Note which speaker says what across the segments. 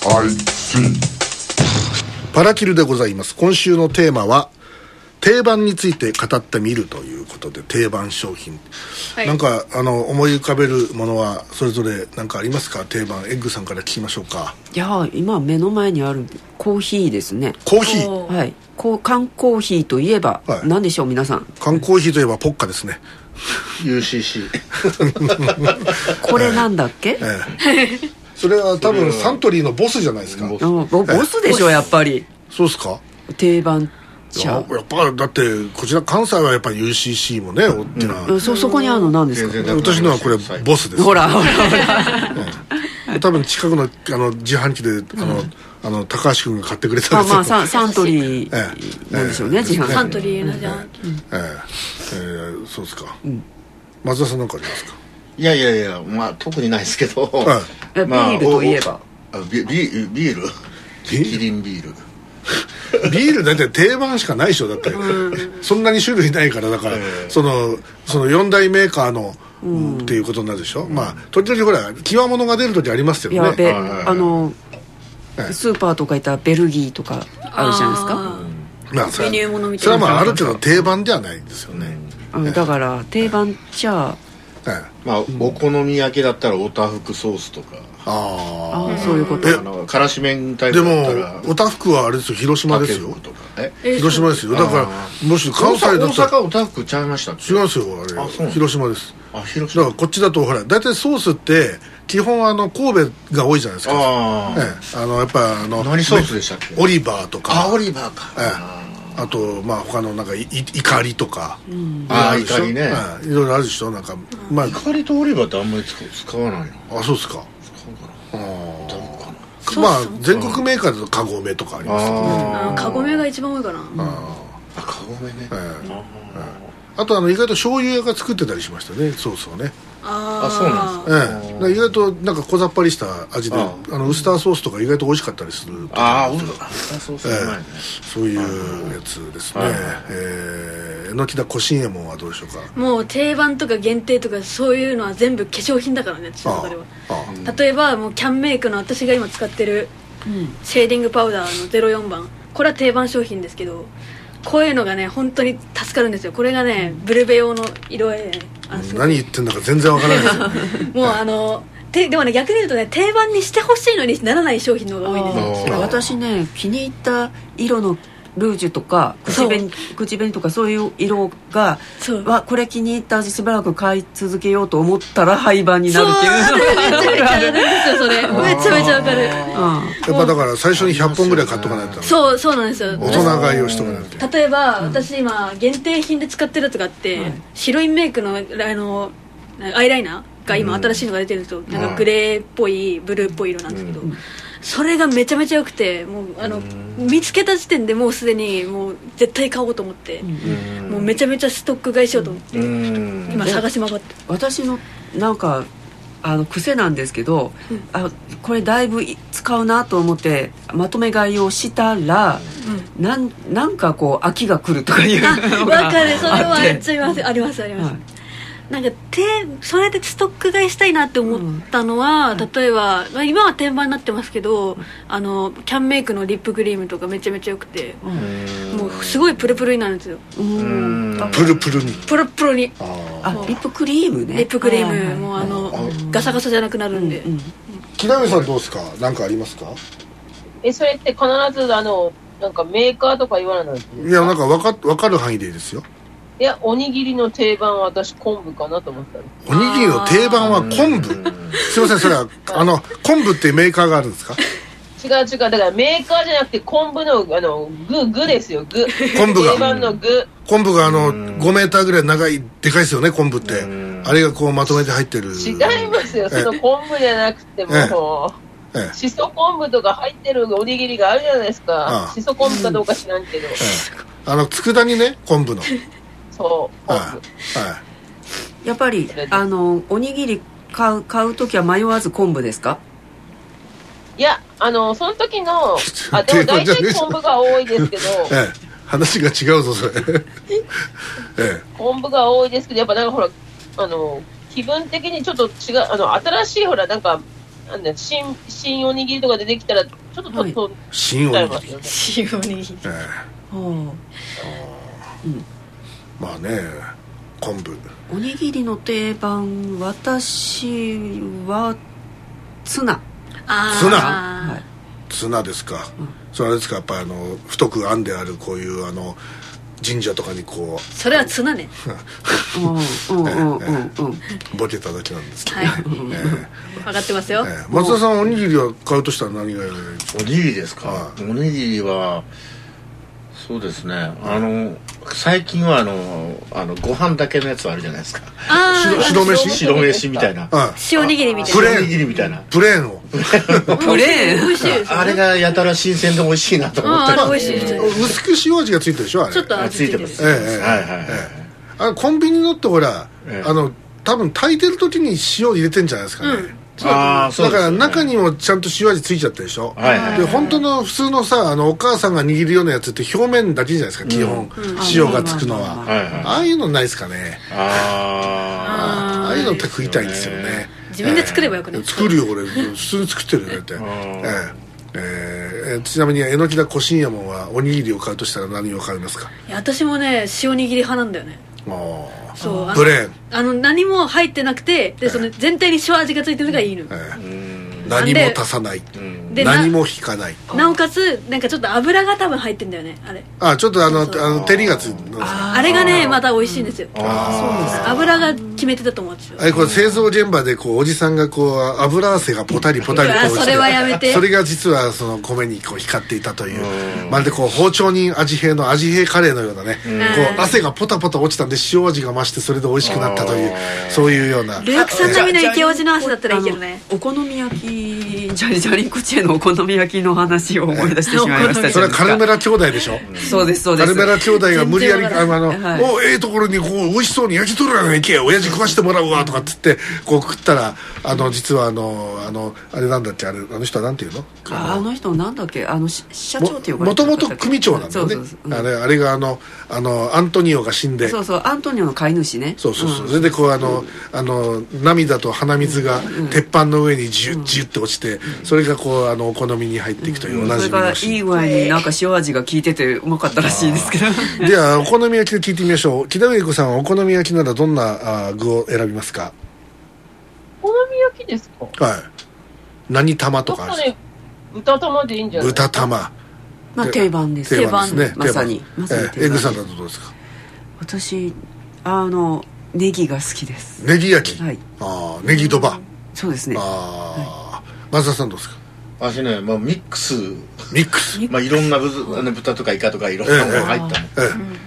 Speaker 1: QIC
Speaker 2: パラキルでございます今週のテーマは定番について語ってみるということで定番商品、
Speaker 3: はい
Speaker 2: なんかあの思い浮かべるものはそれぞれ何かありますか定番エッグさんから聞きましょうか
Speaker 4: いやー今目の前にあるコーヒーですね
Speaker 2: コーヒー
Speaker 3: おー
Speaker 4: はいこう缶コーヒーといえば、
Speaker 2: はい
Speaker 4: 何でしょう皆さん
Speaker 2: 缶コーヒーといえばポッカですね
Speaker 5: UCC
Speaker 4: これなんだっけ、
Speaker 2: ええそれは多分サントリーのボスじゃないですか
Speaker 5: ボス
Speaker 4: うんボボスでしょやっぱり
Speaker 2: そうですか
Speaker 4: 定番
Speaker 2: いや
Speaker 4: 茶
Speaker 2: やっぱだってこちら関西はやっぱり UCC もね大きな、
Speaker 4: うんそそこにあるの何です
Speaker 5: 全
Speaker 4: か
Speaker 5: 然なくなりまし
Speaker 2: 私
Speaker 5: た
Speaker 2: のはこれボスです
Speaker 4: ほらほらほ ら
Speaker 2: 多分近くのあの自販機であの、あの高橋君が買ってくれた
Speaker 4: まあ
Speaker 2: んですよ
Speaker 4: まあサンサントリ
Speaker 2: え
Speaker 4: ー
Speaker 2: え
Speaker 4: なんでしょうね自販
Speaker 3: サント
Speaker 4: 機
Speaker 3: リーのじゃ
Speaker 2: え
Speaker 3: ん
Speaker 2: えええそうですか、松田さんなんかありますか
Speaker 5: いやいやいやまあ特にないですけど、
Speaker 2: は
Speaker 4: えビールといえば
Speaker 5: おおあビビビール
Speaker 2: ビー
Speaker 5: キ
Speaker 2: ル
Speaker 5: リンビール
Speaker 2: ビールだって定番しかないでしょだって、そんなに種類ないからだから、そのその4大メーカーの、っていうことになるでしょ、まあ時々ほら際物が出る時あります
Speaker 4: い
Speaker 2: けど
Speaker 4: や
Speaker 2: ね
Speaker 5: はい
Speaker 4: べ
Speaker 5: はいはい
Speaker 4: あの
Speaker 2: ええ
Speaker 4: スーパーとか行ったらベルギーとかあるじゃな
Speaker 2: ま
Speaker 4: いですか
Speaker 2: あそれ
Speaker 3: 輸入物みた
Speaker 2: そ
Speaker 3: い
Speaker 2: れ
Speaker 3: な
Speaker 2: はまあある程度定番ではないんですよね、
Speaker 4: うんだから定番茶
Speaker 2: ええ
Speaker 5: まあお好み焼きだったらおたふくソースとか
Speaker 2: あ
Speaker 4: あーそういうこと
Speaker 5: あのからし麺タイ
Speaker 2: あで
Speaker 5: プだったら
Speaker 2: もおたふくはあれですよ広島です
Speaker 5: たけの
Speaker 2: よ
Speaker 5: ことかえ
Speaker 3: え
Speaker 2: 広島ですよだからもし関
Speaker 5: 関西
Speaker 2: 西だ
Speaker 5: 大
Speaker 2: ったら
Speaker 5: 阪おたふくちゃいましたっけ
Speaker 2: 違うんですよあれ
Speaker 5: あそうなの
Speaker 2: 広島です
Speaker 5: あ広
Speaker 2: だか
Speaker 5: 島
Speaker 2: らこっちだとほら大体ソースって基本あの神戸が多いじゃないですか
Speaker 5: あ
Speaker 2: え
Speaker 5: あ
Speaker 2: えあのやっぱあの
Speaker 5: 何ソースでしたっけ
Speaker 2: オリバーとか
Speaker 5: あオリバー
Speaker 2: ええ
Speaker 5: か
Speaker 2: あとまあ他のなんかいい怒りとか
Speaker 5: ああ
Speaker 2: るでしょ
Speaker 5: 怒りね
Speaker 2: ええいろいろあるでしょなんかまあ
Speaker 5: 光とオリバーってあんまり使う使わないの
Speaker 2: あそうですか
Speaker 5: 使うかな
Speaker 2: あ
Speaker 5: どうかな
Speaker 2: ーまあ全国メーカーだとカゴメとかあります
Speaker 5: あ
Speaker 3: あーカゴメが一番多いかな
Speaker 5: あカゴメね
Speaker 2: ええあとあの意外と醤油屋が作ってたりしましたねソースをね
Speaker 3: あ
Speaker 5: あそうなん
Speaker 2: え
Speaker 3: で
Speaker 2: えだから意外となんか小ざっぱりした味で
Speaker 5: あ
Speaker 2: あのウスターソースとか意外と美味しかったりすると
Speaker 5: ああオリバーそうそううまいね
Speaker 2: そういうやつですね、えー、榎田小新右衛門はどうでしょうか
Speaker 3: すもう定番とか限定とかそういうのは全部化粧品だからね私の中では
Speaker 2: あ
Speaker 3: 例えばもうキャンメイクの私が今使ってるシェーディングパウダーの04番これは定番商品ですけどこういうのがね本当に助かるんですよこれがねブルベ用の色合いでねあのすごい
Speaker 2: 何言ってんだか全然わからないですよ
Speaker 3: もうあのてでもね逆に言うとね定番にしてほしいのにならない商品の方が多いんですよ
Speaker 5: ー
Speaker 4: いや私ね気に入った色のルージュとか口紅口紅とかそういう色が
Speaker 3: そう
Speaker 4: わこれ気に入った味しばらく買い続けようと思ったら廃盤に
Speaker 3: そ
Speaker 4: な
Speaker 3: う
Speaker 4: るっていうのが
Speaker 3: めちゃめちゃあるんですよそれめちゃめちゃわかる
Speaker 2: やっぱだから最初に100本ぐらい買っとかないとダ
Speaker 3: そうそうなんですよ
Speaker 2: メ大人買いをしとかないと
Speaker 3: 例えば、私今限定品で使ってるやつがあって、白いメイクのあのアイライナーが今新しいのが出てるんですよ、なんかグレーっぽいブルーっぽい色なんですけど、それがめちゃめちゃ良くてもうあの、見つけた時点でもうすでにもう絶対買おうと思って、もうめちゃめちゃストック買いしようと思って、
Speaker 5: うん
Speaker 3: 今探しまくって
Speaker 4: 私のなんかあの癖なんですけど、あこれだいぶい使うなと思ってまとめ買いをしたら、なんなんかこう秋が来るとかいうのが
Speaker 3: わかるそれは
Speaker 4: あっ
Speaker 3: めってちゃいますありますあります、
Speaker 4: はい
Speaker 3: なんかてそれでストック買いしたいなって思ったのは、例えば、まあ、今は転売になってますけどあのキャンメイクのリップクリームとかめちゃめちゃ良くて、もうすごいプルプルになるんですよ
Speaker 4: うん
Speaker 2: プルプルに
Speaker 3: プルプルに
Speaker 4: あリップクリームね
Speaker 3: リップクリーム、
Speaker 4: はいはいはい
Speaker 3: もうあの、ガサガサじゃなくなるんで、
Speaker 2: 木南さんどうですか何かありますか
Speaker 6: え、それって必ずあの、なんかメーカーとか言わない
Speaker 2: いやなんかわかわかる範囲でいいですよ
Speaker 6: いや、おにぎりの定番は私昆布かなと思ったの。
Speaker 2: おにぎりの定番は昆布すいませんそれはあの昆布っていうメーカーがあるんですか
Speaker 6: 違う違う。だからメーカーじゃなくて昆布の、あの、具、具ですよ、具。
Speaker 2: 昆布が
Speaker 6: 定番の具。
Speaker 2: 昆布があの5メーターぐらい長いでかいですよね昆布ってあれがこうまとめて入ってる
Speaker 6: 違いますよ。その昆布じゃなくて
Speaker 2: ええ
Speaker 6: もう。
Speaker 2: ええ
Speaker 6: しそ昆布とか入ってるおにぎりがあるじゃないです
Speaker 2: あ
Speaker 6: か
Speaker 2: あ。
Speaker 6: しそ昆布かどうか知らんけど。
Speaker 2: あの佃煮ね昆布の
Speaker 6: そう、昆
Speaker 2: は
Speaker 6: 布。
Speaker 2: いはい
Speaker 4: やっぱりあのおにぎり買う買う時は迷わず昆布ですか
Speaker 6: いや、あの、その時の、あ、で
Speaker 2: 定
Speaker 6: も
Speaker 2: 番
Speaker 6: 大
Speaker 2: じゃねえ
Speaker 6: 体昆布が多いですけど、
Speaker 2: ええ、話が違うぞ それえ
Speaker 6: 昆布が多いですけど、やっぱなんかほら、あの、気分的にちょっと違う、あの、新しいほら、なんか、なんだよ新新おにぎりとか出てきたらちょっと
Speaker 4: は
Speaker 6: と
Speaker 4: い
Speaker 6: と
Speaker 2: 新おにぎり、
Speaker 6: よね
Speaker 3: 塩ねぎ
Speaker 2: ええ
Speaker 4: は
Speaker 2: まあね昆布
Speaker 4: あおにぎりの定番私はツナ
Speaker 3: あ
Speaker 2: ツナ
Speaker 4: は
Speaker 3: あ
Speaker 4: い
Speaker 2: ツナですか、
Speaker 4: ん
Speaker 2: それあれですかやっぱりあの太く編んであるこういうあの神社とかにこ
Speaker 3: それはツナね
Speaker 4: うんうんうんうんうん
Speaker 2: うボケただけなんですけど、
Speaker 3: はい
Speaker 2: え
Speaker 3: 分かってますよ
Speaker 2: えええ松田さんおにぎりは買うとしたら何がいい
Speaker 5: おにぎりですか、
Speaker 2: はい
Speaker 5: おにぎりはそうですねあの最近はあのあのご飯だけのやつあるじゃないですか
Speaker 3: あ
Speaker 2: 白白飯
Speaker 5: 白飯みたいな
Speaker 2: あ
Speaker 3: あ塩ねぎりみたい
Speaker 2: プ
Speaker 3: な
Speaker 2: レ
Speaker 5: お
Speaker 2: ーン
Speaker 5: にぎりみたいな
Speaker 2: プレーンを
Speaker 4: プレーン
Speaker 3: 美味しいですよね
Speaker 5: あれがやたら新鮮で美味しいなと思ったり
Speaker 3: うんあれ美味しいですね
Speaker 2: 薄く塩味がついてるでしょあれ
Speaker 3: ちょっと
Speaker 5: あつ
Speaker 3: 味
Speaker 5: いて
Speaker 3: 付いて
Speaker 5: ま
Speaker 3: る
Speaker 5: す、
Speaker 2: えええ
Speaker 5: は
Speaker 2: え
Speaker 5: いはいはい、
Speaker 2: えあれコンビニのってほら、
Speaker 5: ええ
Speaker 2: あの多分炊いてる時に塩入れてんじゃないですかね、
Speaker 3: うん
Speaker 5: ああそう
Speaker 2: だ
Speaker 5: で
Speaker 2: か
Speaker 5: す
Speaker 2: ら
Speaker 5: よね
Speaker 2: 中にもちゃんと塩味ついちゃったでしょ、
Speaker 5: はいはい
Speaker 2: で本当の普通のさあのお母さんが握るようなやつって表面だけじゃないですか基本、塩がつくのは、
Speaker 4: うん
Speaker 5: はいはい
Speaker 2: ああいうのないですかね
Speaker 5: あ
Speaker 2: ああいうのって食いたいんですよね
Speaker 3: 自分で作ればよくない
Speaker 2: 作るよ俺普通に作ってるよだって、えええーちなみに榎田小新右衛門はおにぎりを買うとしたら何を買いますか
Speaker 3: いや私もね塩にぎり派なんだよね
Speaker 2: も
Speaker 3: そうあの
Speaker 2: プレーン、
Speaker 3: あの何も入ってなくてでその全体に塩味がついてるのがいいの
Speaker 2: ええ
Speaker 5: ーうん
Speaker 2: 何も足さない
Speaker 5: うん
Speaker 3: でな
Speaker 2: 何も引かない
Speaker 3: なおかつなんかちょっと油が多分入ってんだよねあれ
Speaker 2: あちょっとあの
Speaker 3: そうそう
Speaker 2: あの照りがついてるあ
Speaker 3: あれがねまた美味しいんですよ
Speaker 5: あ
Speaker 3: 油が決めてたと思うんですよ
Speaker 2: れこれ製造現場でこうおじさんがこう油汗がポタリポタリ
Speaker 3: うわ
Speaker 2: こう落ち
Speaker 3: それはやめて
Speaker 2: それが実はその米にこう光っていたというまるでこう包丁人味兵の味兵カレーのようなねこう汗がポタポタ落ちたんで塩味が増してそれで美味しくなったというそういうような
Speaker 3: ルークさん並みのイケオジの味だったらいいけどね
Speaker 4: あのお好み焼きジャリジャリンコチェのお好み焼きの話を思い出してしまいまし た
Speaker 2: それはカルメ
Speaker 4: ラ
Speaker 2: ラ兄弟でしょ
Speaker 4: そうですそうで
Speaker 2: カ
Speaker 4: す
Speaker 2: ルメラ兄弟が無理やり
Speaker 3: 全然
Speaker 2: あ
Speaker 3: わ
Speaker 2: のあの、
Speaker 4: はい
Speaker 2: おええところにこう美味しそうに焼き鳥なんか行け親父食わしてもらうわとかっつってこう食ったらあの実はあのあのあれなんだっけあれあの人はなんていうの
Speaker 4: ああの人なんだっけあのし社長っていう
Speaker 2: もともと組長なんだよね
Speaker 4: そうそうそううん
Speaker 2: あれあれがあのあのアントニオが死んで
Speaker 4: そうそうアントニオの飼い主ね
Speaker 2: そうそうそう、
Speaker 4: ん
Speaker 2: それでこうあの、あの涙と鼻水が鉄板の上にジュッジュッて落ちて、それがこうあのお好みに入っていくというおな
Speaker 4: そ
Speaker 2: じみ
Speaker 4: れからい
Speaker 2: のシーン
Speaker 4: い具合になんか塩味が効いててうまかったらしいですけど
Speaker 2: ではお好み焼きで聞いてみましょう木田恵子さんはお好み焼きならどんなあー具を選びますか
Speaker 6: お好み焼きですか
Speaker 2: はい何玉
Speaker 6: ちょ
Speaker 2: とか
Speaker 6: っと
Speaker 2: ある
Speaker 6: ね豚玉でいいんじゃない
Speaker 2: 豚玉
Speaker 4: まあ定番です
Speaker 2: 定番ですね
Speaker 4: まさに
Speaker 2: 定
Speaker 4: まさに
Speaker 2: 番え
Speaker 4: 定
Speaker 2: えエ
Speaker 4: 番
Speaker 2: グさんだとどうですか
Speaker 4: 私あのネギが好きです
Speaker 2: ネギ焼き、
Speaker 4: はい
Speaker 2: ああネギドバ
Speaker 4: そうですね
Speaker 2: ああ松田さんどうですか
Speaker 5: 私ね、まあ、ミックス、
Speaker 2: ミックス
Speaker 5: まあ、いろんなぶあの豚とかイカとかいろんなもの入ったの、
Speaker 2: え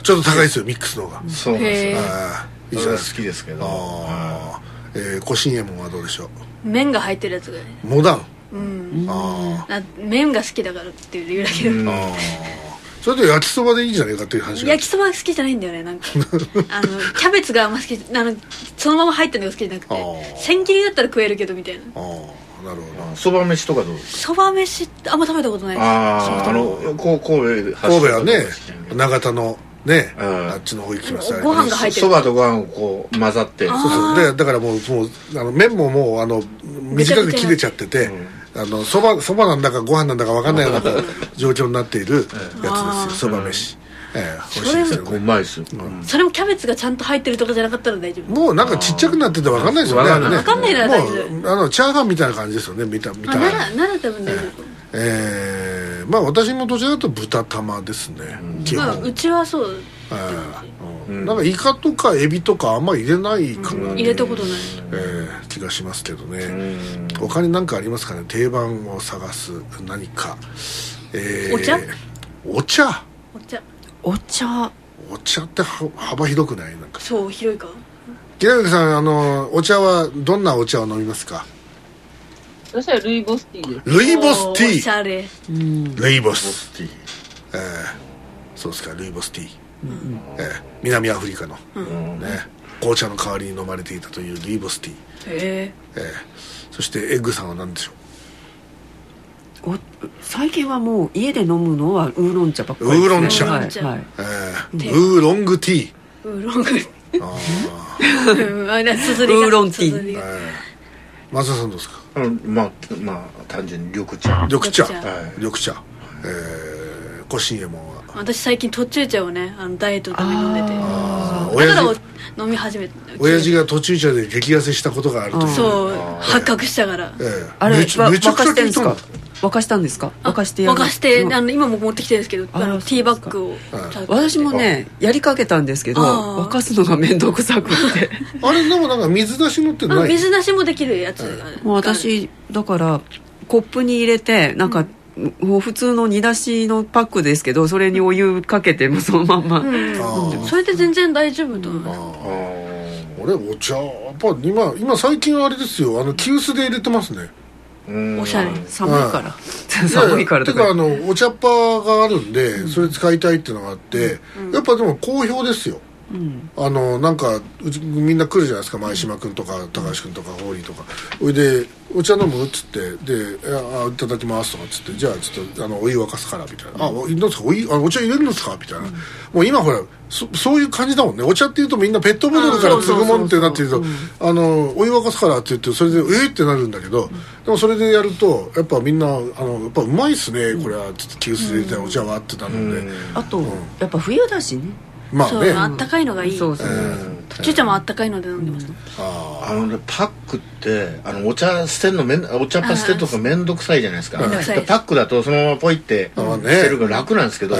Speaker 2: えちょっと高いですよミックスの方が
Speaker 5: そうなんです
Speaker 3: へ
Speaker 5: よ
Speaker 3: え
Speaker 2: ああ
Speaker 5: そ
Speaker 2: いいじゃ
Speaker 5: れ
Speaker 2: ない
Speaker 5: は
Speaker 2: です
Speaker 5: 好
Speaker 2: か
Speaker 5: きですけどは
Speaker 2: ああえー、コシンエモンはどうでしょ
Speaker 3: 麺が入ってるやつがね
Speaker 2: うモダン
Speaker 3: うん
Speaker 2: あ
Speaker 3: あ麺が好きだからっていう理由だけど、
Speaker 5: いうん
Speaker 2: あそれで焼きそばでいいんじゃないかという話が
Speaker 3: 焼きそばが好きじゃないんだよねな んかあのキャベツがあんま好きあのそのまま入ってるのが好きじゃなく
Speaker 2: あ
Speaker 3: て
Speaker 2: ー
Speaker 3: 千切りだったら食えるけどみたいな
Speaker 2: ああなるほど
Speaker 5: あそば飯とかどうです
Speaker 3: そば飯ってあんま食べたことない
Speaker 5: か
Speaker 3: です
Speaker 5: あああのこう神戸発
Speaker 2: 神戸はね
Speaker 5: 祥とか
Speaker 2: 長田のね、
Speaker 5: うん
Speaker 2: あっちの方行きましたね
Speaker 3: ご飯が入ってる
Speaker 5: そばとご飯をこう混ざって
Speaker 2: そうそうでだからもうもうあの麺ももうあの短く切れちゃっててあのそばそばなんだかご飯なんだか分かんないような状況になっているやつですよそば飯、ええ美味しいですよ
Speaker 5: こうう
Speaker 2: ね
Speaker 5: まいですよ、
Speaker 3: それもキャベツがちゃんと入ってるとかじゃなかったら大丈夫
Speaker 2: もうなんかちっちゃくなってて分かんないですよね
Speaker 5: あー
Speaker 2: あ
Speaker 5: 分
Speaker 3: かんない
Speaker 2: れね
Speaker 3: 分かんないな
Speaker 2: もうあのチャーハンみたいな感じですよね見た見
Speaker 3: あ
Speaker 2: た
Speaker 3: ならなら多分大丈夫、
Speaker 2: ええまあ私もどちらかというと豚玉ですね、基本、
Speaker 3: まあうちはそう
Speaker 2: ええうんなんかイカとかエビとかあんまり入れないかな、
Speaker 3: 入れたことない、
Speaker 2: ええ気がしますけどね、
Speaker 5: うん
Speaker 2: 他に何かありますかね定番を探す何か、えー
Speaker 3: お茶
Speaker 2: お茶
Speaker 3: お茶
Speaker 4: お茶
Speaker 2: お茶っては幅広くないなんか
Speaker 3: そう広いか
Speaker 2: 平垣さんあのお茶はどんなお茶を飲みますか
Speaker 6: そしたらルイボスティーで
Speaker 2: ルイボステ
Speaker 3: お
Speaker 2: ィ
Speaker 3: しゃれ
Speaker 4: うん
Speaker 2: ールイボ
Speaker 5: ボ
Speaker 2: ス
Speaker 5: スティー
Speaker 2: えー、そうですかルイボスティー、えー南アフリカの、ね、紅茶の代わりに飲まれていたというルイボスティー、
Speaker 3: へえ
Speaker 2: えーそしてエッグさんは何でしょ
Speaker 4: お最近はもう家で飲むのはウーロン茶ばっかりです
Speaker 2: ウ
Speaker 4: ね
Speaker 2: ーロン茶
Speaker 4: はいはい、
Speaker 2: う、えー
Speaker 3: ティー
Speaker 2: ウーロングティ
Speaker 3: ウーロング
Speaker 2: ーあー
Speaker 3: うんあれすずりが
Speaker 4: ウーロンティ
Speaker 3: す
Speaker 4: ー
Speaker 3: ずりが
Speaker 2: 松田さんどうですか
Speaker 5: うんまあまあ単純に緑茶
Speaker 2: 緑茶
Speaker 3: 緑
Speaker 5: 茶はい
Speaker 2: 緑茶えーコシンエモンは
Speaker 3: 私最近途中茶をねあのダイエットのために飲んでて
Speaker 2: あー
Speaker 3: だから
Speaker 2: 親父
Speaker 3: 飲み始めた
Speaker 2: 親父が途中茶で激痩せしたことがあるという
Speaker 3: そう発覚したから
Speaker 2: ええ
Speaker 4: あれ
Speaker 2: めち
Speaker 4: わ
Speaker 2: めちゃ
Speaker 4: 沸
Speaker 2: く
Speaker 4: か
Speaker 2: ち
Speaker 4: し
Speaker 2: ゃ
Speaker 4: て
Speaker 2: 聞
Speaker 4: んで
Speaker 2: い
Speaker 4: す
Speaker 2: たんだ
Speaker 4: か沸かしたんですか沸かしてや
Speaker 3: 沸
Speaker 4: る
Speaker 3: かして
Speaker 4: うん
Speaker 3: あの今も持ってきてるんですけどあ
Speaker 4: あ
Speaker 3: の
Speaker 4: ー
Speaker 3: ティーバッグを
Speaker 2: そうですか
Speaker 4: 私もねやりかけたんですけど
Speaker 3: あー
Speaker 4: 沸かすのが面倒くさくって
Speaker 2: あれでもなんか水出しのって
Speaker 3: あ
Speaker 2: ない
Speaker 3: 水出しもできるやつが
Speaker 4: もう私だからコップに入れてなんか、もう普通の煮出しのパックですけどそれにお湯かけてもそのまんま、
Speaker 3: うん
Speaker 2: あー
Speaker 3: それで全然大丈夫と思う
Speaker 5: あー
Speaker 2: 俺お茶やっぱ今今最近はあれですよあの急須で入れてますね
Speaker 5: うん
Speaker 3: おしゃれ
Speaker 4: 寒いから、
Speaker 2: やや
Speaker 4: 寒いからと
Speaker 2: てかあ
Speaker 4: か
Speaker 2: のお茶っ葉があるんでそれ使いたいっていうのがあって、やっぱでも好評ですよ
Speaker 4: うん
Speaker 2: あのなんかうちみんな来るじゃないですか前島君とか高橋君とかホーリーとかそれで「お茶飲む?」っつって「でいやあいただきます」とかっつって「じゃあちょっとあのお湯沸かすから」みたいな「あおいいんですかお湯あお茶入れるんですか?」みたいな、もう今ほらそそういう感じだもんねお茶っていうとみんなペットボトルから継ぐもんってなってると「あのお湯沸かすから」って言ってそれで「えっ?」ってなるんだけど、でもそれでやるとやっぱみんなあの「やっぱうまいっすねこれは」ちょっと急須で入れてお茶はってなるんで、
Speaker 4: あと、やっぱ冬だしね
Speaker 2: まあ
Speaker 3: そう
Speaker 2: ね
Speaker 3: あったかいのがいい
Speaker 4: そうそう、
Speaker 3: 途中茶もあったかいので飲んでます
Speaker 2: あ
Speaker 5: あのねパックってあのお茶捨てんのめんお茶っ葉捨てるとか面倒くさいじゃないですか
Speaker 2: めん
Speaker 3: どくさい
Speaker 5: でパックだとそのままポイって
Speaker 2: あ
Speaker 5: 捨
Speaker 2: ね
Speaker 5: てるから楽なんですけど、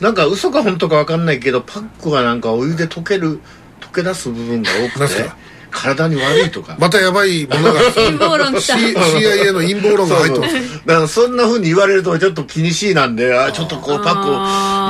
Speaker 5: なんか嘘か本当か分かんないけどパックがなんかお湯で溶ける溶け出す部分が多
Speaker 2: なん
Speaker 5: く
Speaker 2: す
Speaker 5: て
Speaker 2: か
Speaker 5: 体に悪いとか
Speaker 2: またやばいものが
Speaker 3: 陰謀論来
Speaker 2: C-
Speaker 3: た
Speaker 2: CIA の陰謀論が入ってます
Speaker 5: だからそんな風に言われるとちょっと気にしいなんであちょっとこうパックを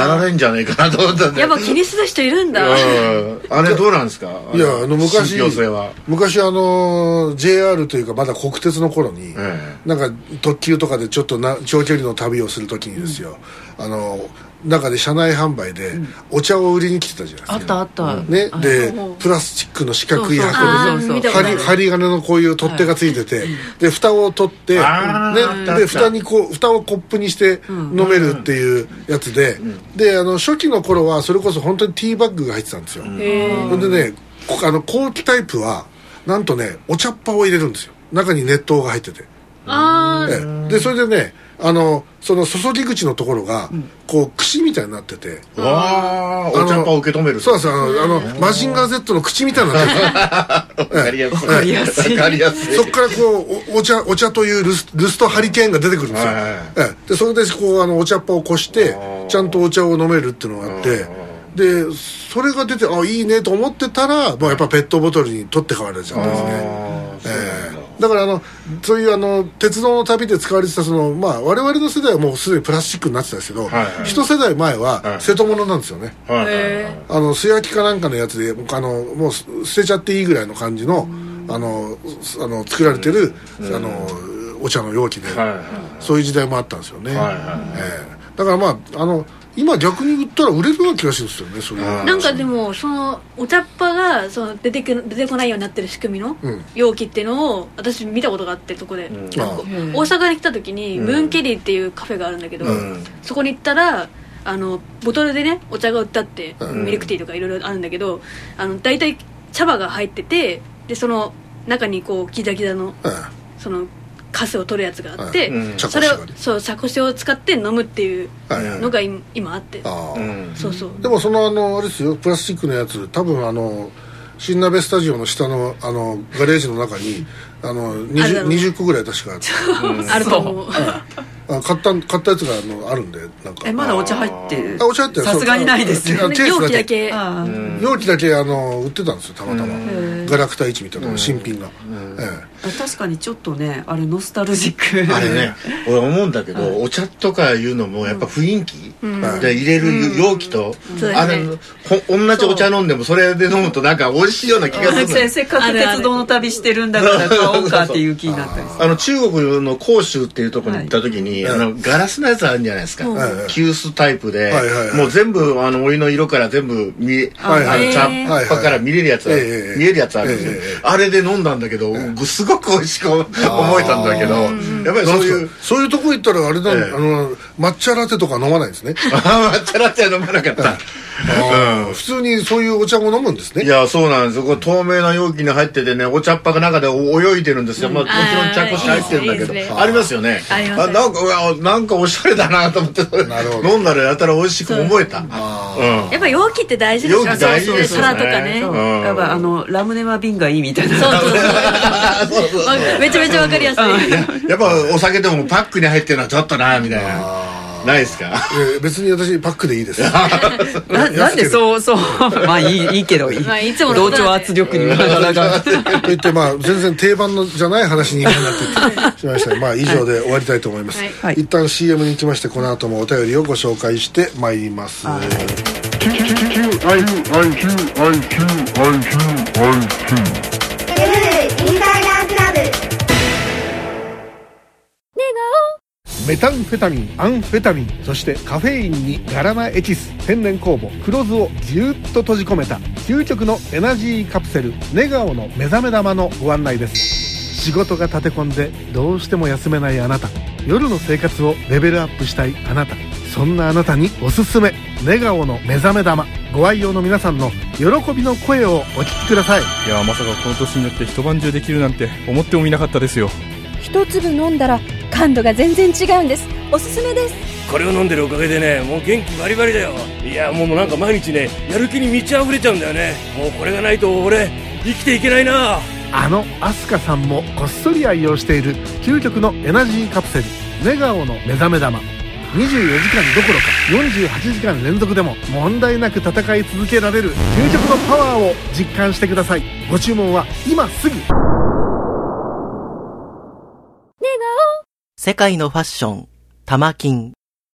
Speaker 5: やられんじゃないかなと思ったんで
Speaker 3: やっぱ気にする人いるんだ
Speaker 5: うんあれどうなんですか
Speaker 2: いやあの昔
Speaker 5: 信憑性は、
Speaker 2: 昔あの JR というかまだ国鉄の頃に、
Speaker 5: え
Speaker 2: なんか特急とかでちょっとな長距離の旅をするときにですよ、あの中で車内販売でお茶を売りに来てたじゃないですか
Speaker 4: あったあった、
Speaker 2: ね、
Speaker 4: あ
Speaker 2: で
Speaker 3: そう
Speaker 2: プラスチックの四角い
Speaker 4: そうそう
Speaker 2: 箱
Speaker 3: あ
Speaker 2: で
Speaker 4: そ
Speaker 2: ね
Speaker 3: ー
Speaker 4: うそう
Speaker 3: 見たことあ
Speaker 2: 針
Speaker 3: る
Speaker 2: 針金のこういう取っ手がついてて、で蓋を取って、ね
Speaker 5: あーあったあっ、た
Speaker 2: で蓋にこう蓋をコップにして飲めるっていうやつで、であの初期の頃はそれこそ本当にティーバッグが入ってたんですよ、
Speaker 3: へー
Speaker 2: ほんでねこあの後期タイプはなんとねお茶っ葉を入れるんですよ中に熱湯が入ってて、
Speaker 3: あー
Speaker 2: ええでそれでねあのその注ぎ口のところが、こう櫛みたいになってて、
Speaker 5: えわあお茶っ葉を受け止める
Speaker 2: そうそうあのあのマジンガー Z の口みたいになってる
Speaker 5: わかりやすい
Speaker 4: わかりやすい
Speaker 5: わかりやすい
Speaker 2: そこからこうおお茶お茶というルスルストハリケーンが出てくるんですよ、
Speaker 5: はいはい
Speaker 2: ええでそれでこうあのお茶っ葉をこしてちゃんとお茶を飲めるっていうのがあってでそれが出てあいいねと思ってたら、まあ、やっぱペットボトルに取って代わられちゃったんですね
Speaker 5: あーそうなん
Speaker 2: え
Speaker 5: だ
Speaker 2: えだからあのそういうあの鉄道の旅で使われてたその、まあ、我々の世代はもうすでにプラスチックになってたんですけど、
Speaker 5: はいはい
Speaker 2: 一世代前
Speaker 5: は
Speaker 2: はい瀬戸物なんですよね、
Speaker 5: はいはいはい
Speaker 3: へ
Speaker 2: あの素焼きかなんかのやつであのもうす捨てちゃっていいぐらいの感じのあのすあの作られてる、あのお茶の容器で、
Speaker 5: はいはい
Speaker 2: そういう時代もあったんですよね、
Speaker 5: はいはい
Speaker 2: ええだからまああの今逆に売ったら売れるような気がするんですよねそれ
Speaker 5: あー
Speaker 3: なんかでもそのお茶っ葉がその出てく出てこないようになってる仕組みの
Speaker 2: うん
Speaker 3: 容器っていうのを私見たことがあってそこ
Speaker 2: あ
Speaker 3: で、大阪に来た時にムーンケリーっていうカフェがあるんだけど、
Speaker 5: うん
Speaker 3: そこに行ったらあのボトルでねお茶が売ったって、
Speaker 2: うん
Speaker 3: ミルクティーとかいろいろあるんだけどあの大体茶葉が入っててでその中にこうギザギザの
Speaker 2: あ
Speaker 3: そのカスを取るやつがあって、
Speaker 5: うんうん
Speaker 3: そ
Speaker 2: 茶こ
Speaker 3: れ
Speaker 2: しが
Speaker 3: を
Speaker 2: ね
Speaker 3: そう茶こしを使って飲むっていう
Speaker 2: はいはい
Speaker 3: のが今今あって
Speaker 2: あー、
Speaker 5: うん
Speaker 3: そうそう
Speaker 2: でもそのあのあれですよプラスチックのやつ多分あの新鍋スタジオの下のあのガレージの中にあの
Speaker 3: あるだ
Speaker 2: 20,
Speaker 3: ろう
Speaker 2: 20個ぐらい確かあって
Speaker 3: あると思う
Speaker 2: あ買った買ったやつがあのあるんでなんか
Speaker 4: えまだお茶入ってる
Speaker 2: あお茶入ってる
Speaker 4: さすがにないで
Speaker 2: そ
Speaker 4: すよ
Speaker 2: うケースだけ
Speaker 3: 容器だけ
Speaker 4: あー
Speaker 2: 容器だけあの売ってたんですよたまたまガラクタ市みたいな新品が、え
Speaker 4: あ確かにちょっとねあれノスタルジック
Speaker 5: あれね俺思うんだけどお茶とかいうのもやっぱ雰囲気
Speaker 2: ん
Speaker 5: で入れる容器と
Speaker 3: そうだ
Speaker 5: あ
Speaker 3: ね
Speaker 5: れほ同じお茶飲んでもそれで飲むとなんか美味しいような気がするの
Speaker 4: せせっかく鉄道の旅してるんだから買おうかっていう気になったりする
Speaker 5: あの中国の広州っていうところに行った時に、
Speaker 2: はい
Speaker 5: あのガラスのやつあるんじゃないですか、
Speaker 2: うん
Speaker 5: 急須タイプで、
Speaker 2: はいはいはい
Speaker 5: もう全部あのお湯の色から全部見え、
Speaker 2: はいはい
Speaker 5: あの茶
Speaker 3: へー
Speaker 5: 葉から見れるやつ、
Speaker 2: はいはいええ
Speaker 5: 見えるやつあるんですよ、
Speaker 2: ええええ
Speaker 5: あれで飲んだんだけど、すごく美味しく思えたんだけどやっぱ
Speaker 2: え
Speaker 5: り
Speaker 2: な
Speaker 5: そ
Speaker 2: ん
Speaker 5: う
Speaker 2: ですか
Speaker 5: いう
Speaker 2: そういうとこ行ったらあれだ、
Speaker 5: ええ
Speaker 2: あの抹茶ラテとか飲まないんですね
Speaker 5: ああ抹茶ラテは飲まなかった、
Speaker 2: うん普通にそういうお茶も飲むんです
Speaker 5: い
Speaker 2: ね
Speaker 5: や、そうなんですよ。これ透明な容器に入っててね、お茶っ葉が中で泳いでるんですよ。まあ、もちろん茶こし入ってるんだけ
Speaker 3: あーいいですね
Speaker 5: ど。ありますよね。
Speaker 3: あります
Speaker 5: なんか、うわなんかおしゃれだなと思って、
Speaker 2: なるほど
Speaker 5: 飲んだらやたら美味しく思えた。うん。
Speaker 2: あ
Speaker 3: やっぱ容器って大事です
Speaker 5: 容
Speaker 3: よ
Speaker 5: 器大事ですよね
Speaker 3: 皿とかね
Speaker 4: そううんやっぱあのラムネは瓶がいいみたいな
Speaker 3: そうそうそう
Speaker 5: そうそう
Speaker 3: わめちゃめちゃわかりやすい
Speaker 5: やっぱお酒でもパックに入ってるのはちょっとな、みたいな。ないですか
Speaker 2: あいや別に私パックでいいです
Speaker 4: ななんでそうそう まあいいいいけどいい,、
Speaker 3: まあいつものこ
Speaker 4: 同
Speaker 3: と
Speaker 4: 調
Speaker 3: なんで
Speaker 4: 圧力になかなか
Speaker 2: と言ってまあ全然定番のじゃない話になって しまいましたがまあ以上で終わりたいと思います、
Speaker 4: はい
Speaker 2: 一旦 CM に行きましてこの後もお便りをご紹介してまいります
Speaker 4: は
Speaker 1: IQ,
Speaker 7: ゆるインサイダークラブ
Speaker 2: メタンフェタミンアンフェタミンそしてカフェインにガラナエキス天然酵母黒酢をぎゅっと閉じ込めた究極のエナジーカプセル「ネガオの目覚め玉」のご案内です仕事が立て込んでどうしても休めないあなた夜の生活をレベルアップしたいあなたそんなあなたにおすすめ「ネガオの目覚め玉」ご愛用の皆さんの喜びの声をお聞きください
Speaker 8: いやまさかこの年になって一晩中できるなんて思ってもみなかったですよ
Speaker 9: 一粒飲んだら感度が全然違うんですおすすめです
Speaker 10: これを飲んでるおかげでねもう元気バリバリだよいやもうなんか毎日ねやる気に満ち溢れちゃうんだよねもうこれがないと俺生きていけないな
Speaker 2: あのアスカさんもこっそり愛用している究極のエナジーカプセル「ネガオの目覚め玉」24時間どころか48時間連続でも問題なく戦い続けられる究極のパワーを実感してくださいご注文は今すぐ
Speaker 11: 世界のファッション、玉金。